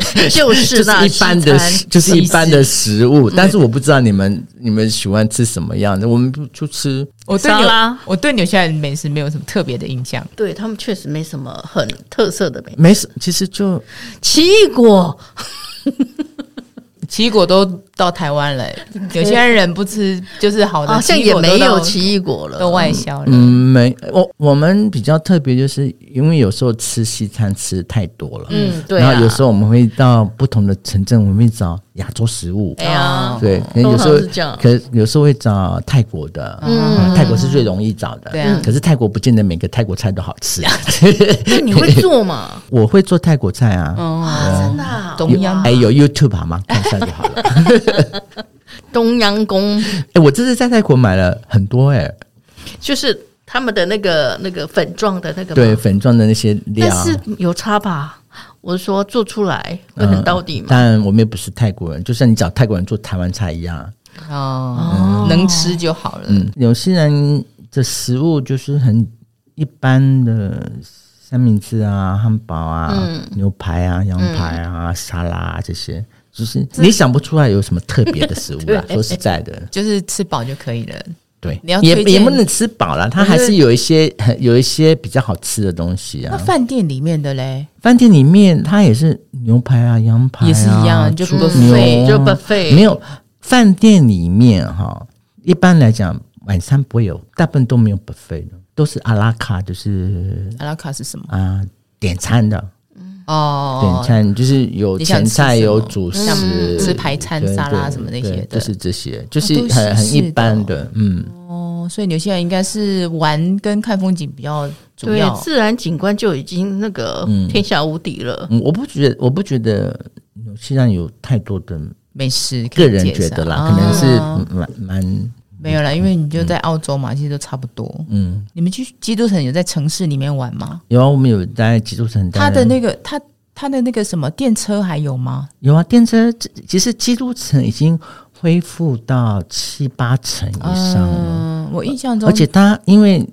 A: 就
C: 就是
A: 那
C: 是一般的
A: 西
C: 食，
A: 餐
C: 就是一般的食物。但是我不知道你们你们喜欢吃什么样的，我们不就吃
B: 我对
A: 沙
B: 纽
A: 拉
B: 我对纽西兰美食没有什么特别的印象。
A: 对他们确实没什么很特色的美
C: 没什，其实就
A: 奇异
C: 哦
A: 果，
B: 奇异果都到台湾 [LAUGHS] 了、有些人不吃，就是好的，
A: 好像
B: 奇异
A: 也
B: 果都
A: 没有
B: 到
A: 奇异果了。
B: 都外销了。
C: 嗯没我我们比较特别，就是因为有时候吃西餐吃太多了，
A: 嗯，对、啊。
C: 然后有时候我们会到不同的城镇，我们会找亚洲食物。
A: 哎呀，
C: 对，可能有时
A: 通常是这样
C: 候，可有时候会找泰国的，嗯，泰国是最容易找的，
B: 对啊
C: 可是泰国不见得每个泰国菜都好
A: [LAUGHS]
C: 吃。
A: 那你会做
C: [LAUGHS]
A: 吗？
C: 我会做泰国菜啊，
A: 啊，真的、啊，
B: 懂东央
C: 哎，有 YouTube 好吗？看一下就好了。
A: [LAUGHS] 东阳宫
C: 哎，我这次在泰国买了很多哎，
A: 就是他们的那个那个粉状的那个嘛
C: 对，粉状的那些料
A: 但。是有差吧？我是说做出来会很到底嘛？。
C: 但嗯我们也不是泰国人，就像你找泰国人做台湾菜一样。
B: 哦，能吃就好了。
C: 嗯，有些人的食物就是很一般的三明治啊、汉堡啊、
B: 嗯
C: 牛排啊、羊排啊、沙拉啊这些，就是你想不出来有什么特别的食物
B: [LAUGHS]
C: 啦说实在的，
B: 就是吃饱就可以了。
C: 对，
B: 你要
C: 也
B: 推荐
C: 也不能吃饱啦，它还是有一些 [LAUGHS] 很有一些比较好吃的东西
B: 那
C: 啊。
B: 饭店里面的嘞，
C: 饭店里面它也是牛排啊、羊排、啊、
B: 也是一样就
C: 猪
B: buffet，
C: 牛啊
A: 就 buffet
C: 没有。饭店里面哈，一般来讲晚餐不会有，大部分都没有 buffet 的，都是阿拉卡，就是
B: 阿拉卡是什么？
C: 啊、点餐的，
B: 哦
C: 点，餐就是有
B: 你想
C: 前
B: 吃
C: 菜
B: 什么
C: 有主
B: 像
C: 食，
B: 吃排餐
C: 对
B: 沙拉
C: 对
B: 什么那
C: 对
B: 些的
C: 就是这些，就是
B: 都是
C: 很很
B: 西式
C: 一
B: 的
C: 般的，嗯，
B: 哦，所以纽西兰应该是玩跟看风景比较
A: 嗯
B: 主
A: 对
B: 要，。
A: 自然景观就已经那个天下无敌了。
C: 嗯，我不觉得，我不觉得纽西兰有太多的
B: 美食可以
C: 个人
B: 介
C: 觉
B: 绍
C: 得啦，
B: 啊
C: 可能是蛮蛮
B: 没有啦，因为你就在澳洲嘛，其实都差不多。
C: 嗯，
B: 你们去基督城有在城市里面玩吗？
C: 有啊，我们有在基督城待了，
B: 它的那个它它的那个什么电车还有吗？
C: 有啊，电车这其实基督城已经恢复到七八成以上了，
B: 嗯，我印象中
C: 而且它因为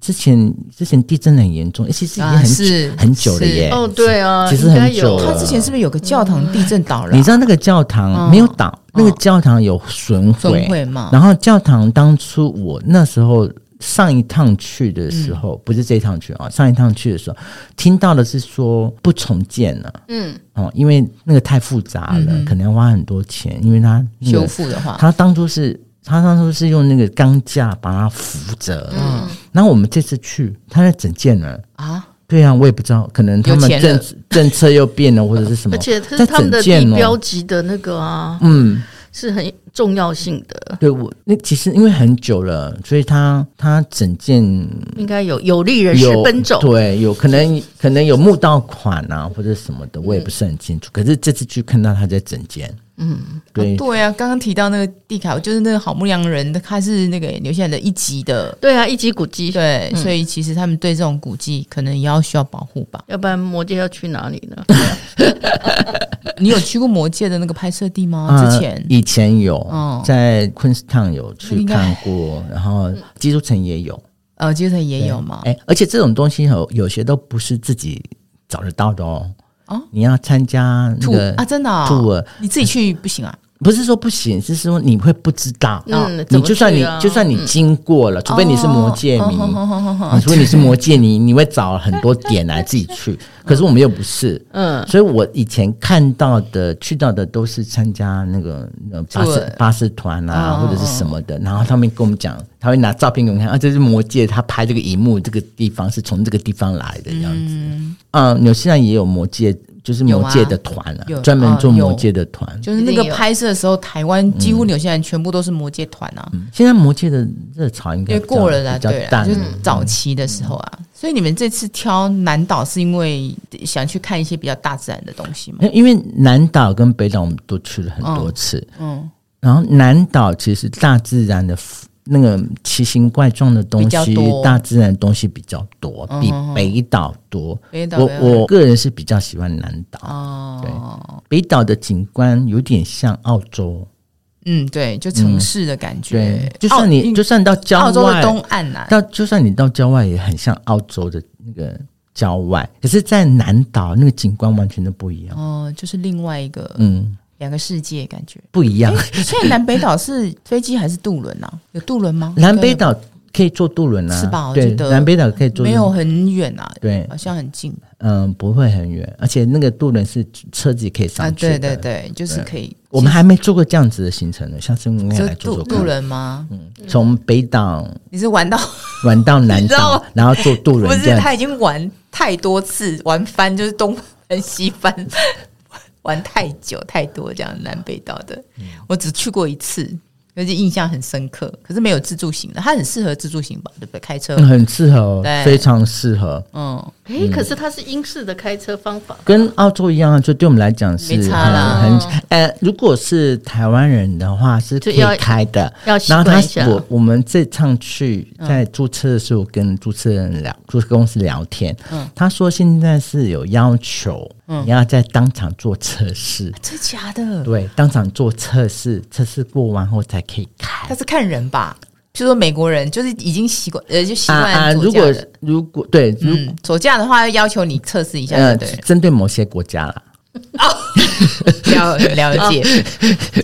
C: 之前之前地震很严重，诶其实已经
B: 啊
C: 很久、
B: 是
C: 很久了
B: 是
C: 耶。
A: 哦，对啊，
C: 其实
A: 应该
C: 很久
A: 有
C: 了
B: 它之前是不是有个教堂地震倒了啊？
C: 你知道那个教
B: 哦
C: 堂没有倒，那个教堂有损
B: 总
C: 毁，
B: 会
A: 啊
B: 嘛？
C: 然后教堂当初我那时候上一趟去的时候，
A: 嗯
C: 不是这一趟去啊、上一趟去的时候听到的是说不重建了
A: 嗯，
C: 哦，因为那个太复杂了，可能要花很多钱，因为它、那
B: 修
C: 个、
B: 复的话，
C: 它当初是。它当初是用那个钢架把它扶着，嗯，然后我们这次去，它在整建了，
B: 啊，
C: 对啊，我也不知道，可能他
B: 有
C: 们
B: 钱了
C: 政政策又变了，或者是什么，
A: [LAUGHS] 而且它
C: 在
A: 他们的
C: 整
A: 地
C: 建哦
A: 标级的那个啊，
C: 嗯，
A: 是很重要性的，
C: 对我那其实因为很久了，所以它它整件
A: 应该有有利人士
C: 有
A: 奔走。
C: 对，有可能可能有募到款啊或者什么的，我也不是很清楚。可是这次去看到他在整间，嗯，对
B: 啊，对啊，刚刚提到那个地卡，就是那个好牧羊人，他是那个纽西兰的一级的，
A: 对啊，一级古迹，
B: 对，
C: 嗯
B: 所以其实他们对这种古迹可能也要需要保护吧。
A: 要不然魔界要去哪里 [LAUGHS] 呢？嗯
B: 你有去过魔界的那个拍摄地吗？
C: 嗯啊
B: 之前
C: 以前有、
B: 哦
C: 在昆士坦有
B: 那
C: 去
B: 应该
C: 看过，然后基督城也有，
B: 呃，基督城也有嘛？
C: 哎、而且这种东西有有些都不是自己找得到的哦。
B: 哦
C: 你要参加那
B: 兔
C: 个
B: 啊，真的啊
C: 兔儿
B: 你自己去不行啊？
C: 不是说不行，是说你会不知道。
A: 嗯
C: 你
A: 怎么
C: 就算
A: 去
C: 你、
A: 啊
C: 就算你经过了，除非你是魔界迷，
B: 哦哦哦哦
C: 啊除非你是魔界迷，你会找很多点来自己去。可是我们又不是，
A: 嗯，
C: 所以我以前看到的、去到的都是参加那个呃巴
B: 对
C: 士巴士团啊，
B: 哦
C: 或者是什么的。然后他们跟我们讲，他会拿照片给我们看啊，这是魔界，他拍这个荧幕，这个地方是从这个地方来的这样子。嗯，纽、西兰也有魔界，就是
B: 有
C: 魔
B: 啊
C: 界的团啊
B: 有，
C: 专、门做
B: 啊有
C: 魔界的团。
B: 就是那个
A: 一定有
B: 拍摄的时候，台湾几
C: 嗯
B: 乎纽西兰全部都是魔界团啊，
C: 现在魔界的热潮应
B: 因
C: 该
B: 为
C: 比较
B: 过了啦，
C: 比较
B: 对啦，
C: 淡嗯
B: 就是早期的时候啊。所以你们这次挑南岛是因为想去看一些比较大自然的东西吗？
C: 因因为南岛跟北岛我们都去了很多次，
B: 嗯，
C: 然后南岛其实大自然的 f- 那个奇形怪状的东
B: 比较
C: 西
B: 多，
C: 大自然的东西比较多，
B: 嗯
C: 比
B: 嗯嗯
C: 北岛多。
B: 北岛
C: 我
B: 北岛
C: 我个人是比较喜欢南岛，
B: 哦，
C: 北岛的景观有点像澳洲，
B: 嗯，对，就城市的感觉
C: 嗯对，，就
B: 澳
C: 算你
B: 因
C: 就算到郊
B: 澳洲
C: 外
B: 的，东岸啊呐，
C: 到就算你到郊外也很像澳洲的那个郊外，可是，在南岛那个景观完全都不一样，
B: 哦，就是另外一个
C: 嗯，
B: 两个世界感觉。
C: 不一样。
B: 所以南北岛是飞机还是渡轮啊？有渡轮吗？
C: 南北岛可以坐渡轮啊，
B: 是吧我
C: 对
B: 觉，得
C: 南北岛可以坐，
B: 没有，很远啊，
C: 对
B: 好像很近
C: 嗯，不会很远，而且那个渡轮是车子也可以
B: 啊。
C: 上去的。
B: 对对，对，就是可以。
C: 我们还没做过这样子的行程呢，下次我们也
B: 就
C: 来做
B: 渡
C: 做
B: 渡
C: 看。
B: 轮吗？
C: 嗯，从北岛
B: 你是玩到
C: 玩到南
B: 你知道
C: 岛
B: 吗，
C: 然后坐渡
B: 不
C: 轮这
B: 是？
C: 样。
B: 他已经玩太多次，玩翻就是东翻西翻， [LAUGHS] 玩太久太多这样南北岛的。
C: 嗯
B: 我只去过一次，而且印象很深刻。可是没有自助行的，它很适合自助行吧？对不对？开车
C: 嗯，，很适合
B: 对，
C: 非常适合，
B: 嗯，
A: 诶，可是它是英式的开车方法，
C: 跟澳洲一样啊，就对我们来讲是
B: 没差啦
C: 很很呃，如果是台湾人的话是可
A: 就
C: 以
A: 要
C: 开的，
A: 要习
C: 然后
A: 惯
C: 他
A: 一下。
C: 我我们这趟去在注册的时候跟注册人聊，注册公司聊天，他说现在是有要求，你要在当场做测试，
B: 真假的？
C: 对，当场做测试，测试过完后才可以开
B: 他。是看人吧？就说美国人就是已经习惯，呃，就习
C: 啊
B: 惯
C: 啊！
B: 左
C: 如
B: 驾
C: 果
B: 的
C: 如果对，如
B: 嗯，左驾的话要要求你测试一下，
C: 呃，
B: 对
C: 针对某些国家啦，
B: 不对？了了
C: [LAUGHS]
B: 解，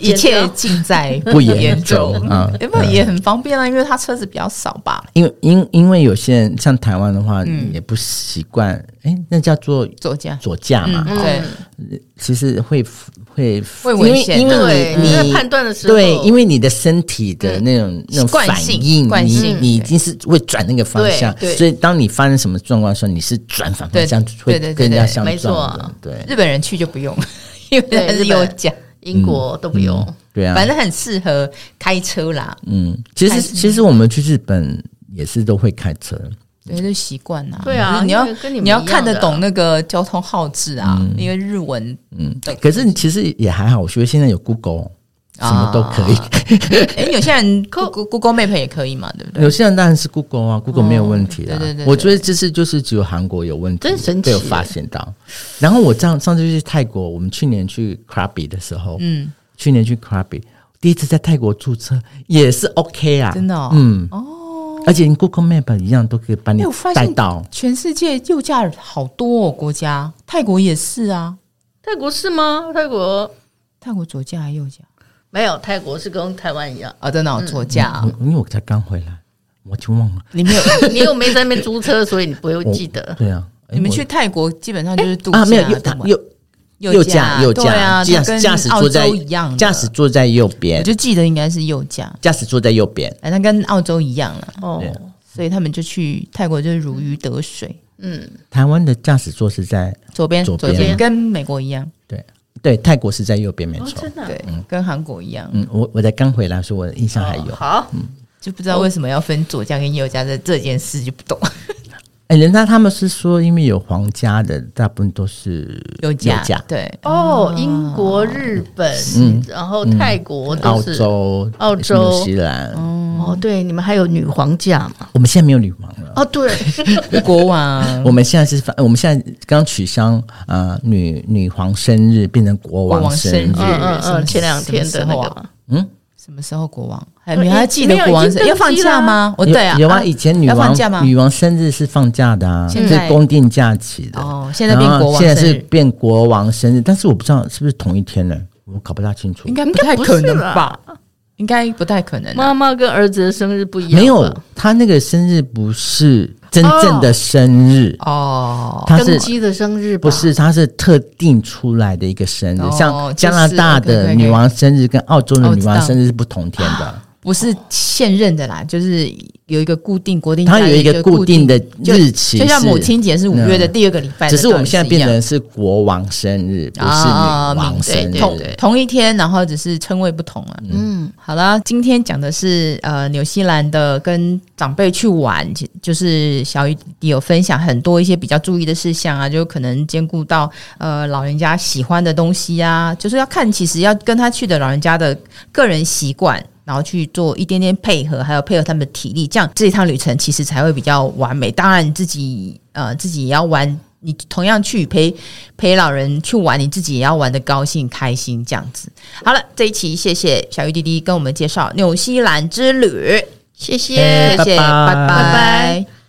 B: 一切尽在
C: 不
B: 言
C: 严重啊
B: 有没有也很方便啊？因为他车子比较少吧，
C: 因为因因为有些人像台湾的话，
B: 嗯
C: 也不习惯，哎，那叫做
B: 左驾。
C: 左驾嘛，
B: 嗯，对，
C: 其实会会
B: 会
C: 因
B: 危
C: 为
B: 险
C: 因为
A: 对，
C: 你
A: 你在
C: 你
A: 判断的时候，
C: 对，因为你的身体的那种、那种
B: 嗯惯
C: 反
B: 性
C: 应，
B: 惯性
C: 你你已
B: 对
C: 经是会转那个方向，
A: 对对
C: 所以当你发生什么状况的时候，你是转反方向
B: 对
C: 会
B: 对对对
C: 跟人家相
A: 没错
C: 撞
A: 啊
C: 的，对。
B: 日本人去就不用，因为 [LAUGHS]
A: 对
B: 他是
A: 日本
B: 右驾。
A: 英国都不用。
C: 对啊，
B: 反正很适合开车啦，
C: 嗯，其
B: 开
C: 实
B: 车
C: 其实我们去日本也是都会开车，
B: 对，就习惯啦。
A: 对啊
B: 就是你
A: 因
B: 要
A: 为跟你们
B: 要
A: 一样
B: 看得
A: 的啊
B: 懂那个交通号志啊，因为日 [LAUGHS] 文
C: 嗯
B: 对，啊
C: 可是其实也还好，我觉得现在有 Google，什么都可以。
B: 哎，有些人 Google Google Map 也可以嘛，对不对？
C: 有些人当然是 Google 啊，Google 没有问题
B: 对
C: 啊。
B: 对对对
C: 我觉得这是就是只有韩国有问题，
A: 真神奇
C: 被我发现到。然后我上上次去泰国，我们去年去 Krabi 的时候，
B: 嗯，
C: 去年去 Krabi，第一次在泰国注册也是 OK 啊，
B: 真的哦
C: 嗯哦，而且你 Google Map 一样都可以把你
B: 哎我发
C: 带
B: 现
C: 到。
B: 全世界右驾好多哦，国家，泰国也是啊，
A: 泰国是吗？泰国
B: 泰国左驾还右驾
A: 没有，泰国是跟台湾一样。
B: 啊，真的哦左驾啊，
C: 我因为我才刚回来，我就忘了，
B: 你没 [LAUGHS] 有，
A: [LAUGHS] 你又没在那边租车，所以你不会
C: 我
A: 记得。
C: 对啊，哎
B: 呃你们
C: 我
B: 去泰国基本上就是度假
C: 啊没有右
B: 对吗
C: 右
B: 右驾
C: 右
B: 对啊，
C: 驾，驾
B: 就跟
C: 驾驶
B: 澳
C: 座
B: 洲
C: 在
B: 一样的，
C: 驾驶座在右
B: 我
C: 边，
B: 就记得应该是右驾，
C: 驾驶座在右边。
B: 哎，那跟澳洲一样了，
A: 哦，
C: 对
B: 所以他们就去泰国就是如鱼得水。
A: 嗯，
C: 台湾的驾驶座是在
B: 左边，
C: 左
B: 左
C: 边
B: 边跟美国一样，
C: 对对，泰国是在右边没
A: 哦，
C: 错。
A: 真的啊、
B: 对，跟韩国一样，
C: 嗯，我我才刚回来，所以我的印象还有嗯
A: 哦。好，
B: 就不知道为什么要分左家跟右家这这件事就不懂。
C: 哎、人家他们是说，因为有皇家的，大部分都是
B: 右
C: 家、
B: 家对，
A: 哦，英国、日本，然后泰国都
C: 嗯澳
A: 是。
C: 洲、
A: 澳洲
C: 新西兰。
B: 嗯
A: 哦，对，你们还有女皇架嘛？
C: 我们现在没有女王了。
A: 哦，对，
B: 国王
C: 我们现在是反，我们现在刚取消呃女女皇生日，变成国
B: 国
C: 王
B: 王
C: 生
B: 生日
C: 日。
A: 嗯嗯
B: 什么
A: 嗯，前两天的那
B: 什么时候
A: 个
B: 啊
A: 嘛，
B: 什么时候国王？还
A: 没
B: 你
A: 有
B: 还记得国
A: 已
B: 王
A: 经
B: 是
A: 登
B: 要放
A: 记
B: 假
A: 啦
B: 吗？我
C: 有
B: 对啊，
C: 有
B: 啊
C: 啊，以前女
B: 要放
C: 王
B: 假吗
C: 女王生日是放假的啊，
B: 现
C: 是
B: 在
C: 公定假期的。
B: 哦，现在变
C: 然后
B: 国王
C: 啊现在
B: 生
C: 是
B: 日，
C: 变国王生日，但是我不知道是不是同一天呢，我搞不大清楚
B: 应。该不太
A: 不
B: 可
A: 是
B: 能
A: 啦
B: 吧？应该不太可能啊。
A: 妈妈跟儿子的生日不一样吧，
C: 没有，他那个生日不是真正的生日，
B: 哦，
C: 他
A: 登
C: 是
A: 基的生日吧
C: 不是他是特定出来的一个生日
B: 哦，
C: 像加拿大
B: 就是
C: 的
B: ，OK，OK，OK
C: 女王生日跟澳洲
B: 哦
C: 的
B: 我
C: 女
B: 知
C: 王
B: 道啊
C: 生日是不同天的，
B: 不是现任的啦，就是有一个固定国定假
C: 它
B: 日，
C: 有一个
B: 就
C: 固定的
B: 就
C: 日期
B: 就像
C: 是
B: 母亲节是五月的
C: 嗯
B: 第二个礼拜的段
C: 只
B: 是
C: 是我们现在
B: 一
C: 变
B: 样啊
C: 成是国王生日，不是女王生
A: 对
C: 日。
A: 对对
B: 同一天，然后只是称谓不同啊。嗯，好了，今天讲的是呃纽西兰的跟长辈去玩，其就是小雨有分享很多一些比较注意的事项啊，就可能兼顾到呃老人家喜欢的东西啊，就是要看其实要跟他去的老人家的个人习惯。然后去做一点点配合，还有配合他们的体力，这样这一趟旅程其实才会比较完美。当然，你自己呃自己也要玩，你同样去陪陪老人去玩，你自己也要玩的高兴开心这样子。好了，这一期谢谢小鱼弟弟跟我们介绍纽西兰之旅，
A: 谢谢。
C: 哎
B: 谢谢，
C: 拜拜
B: 拜
A: 拜拜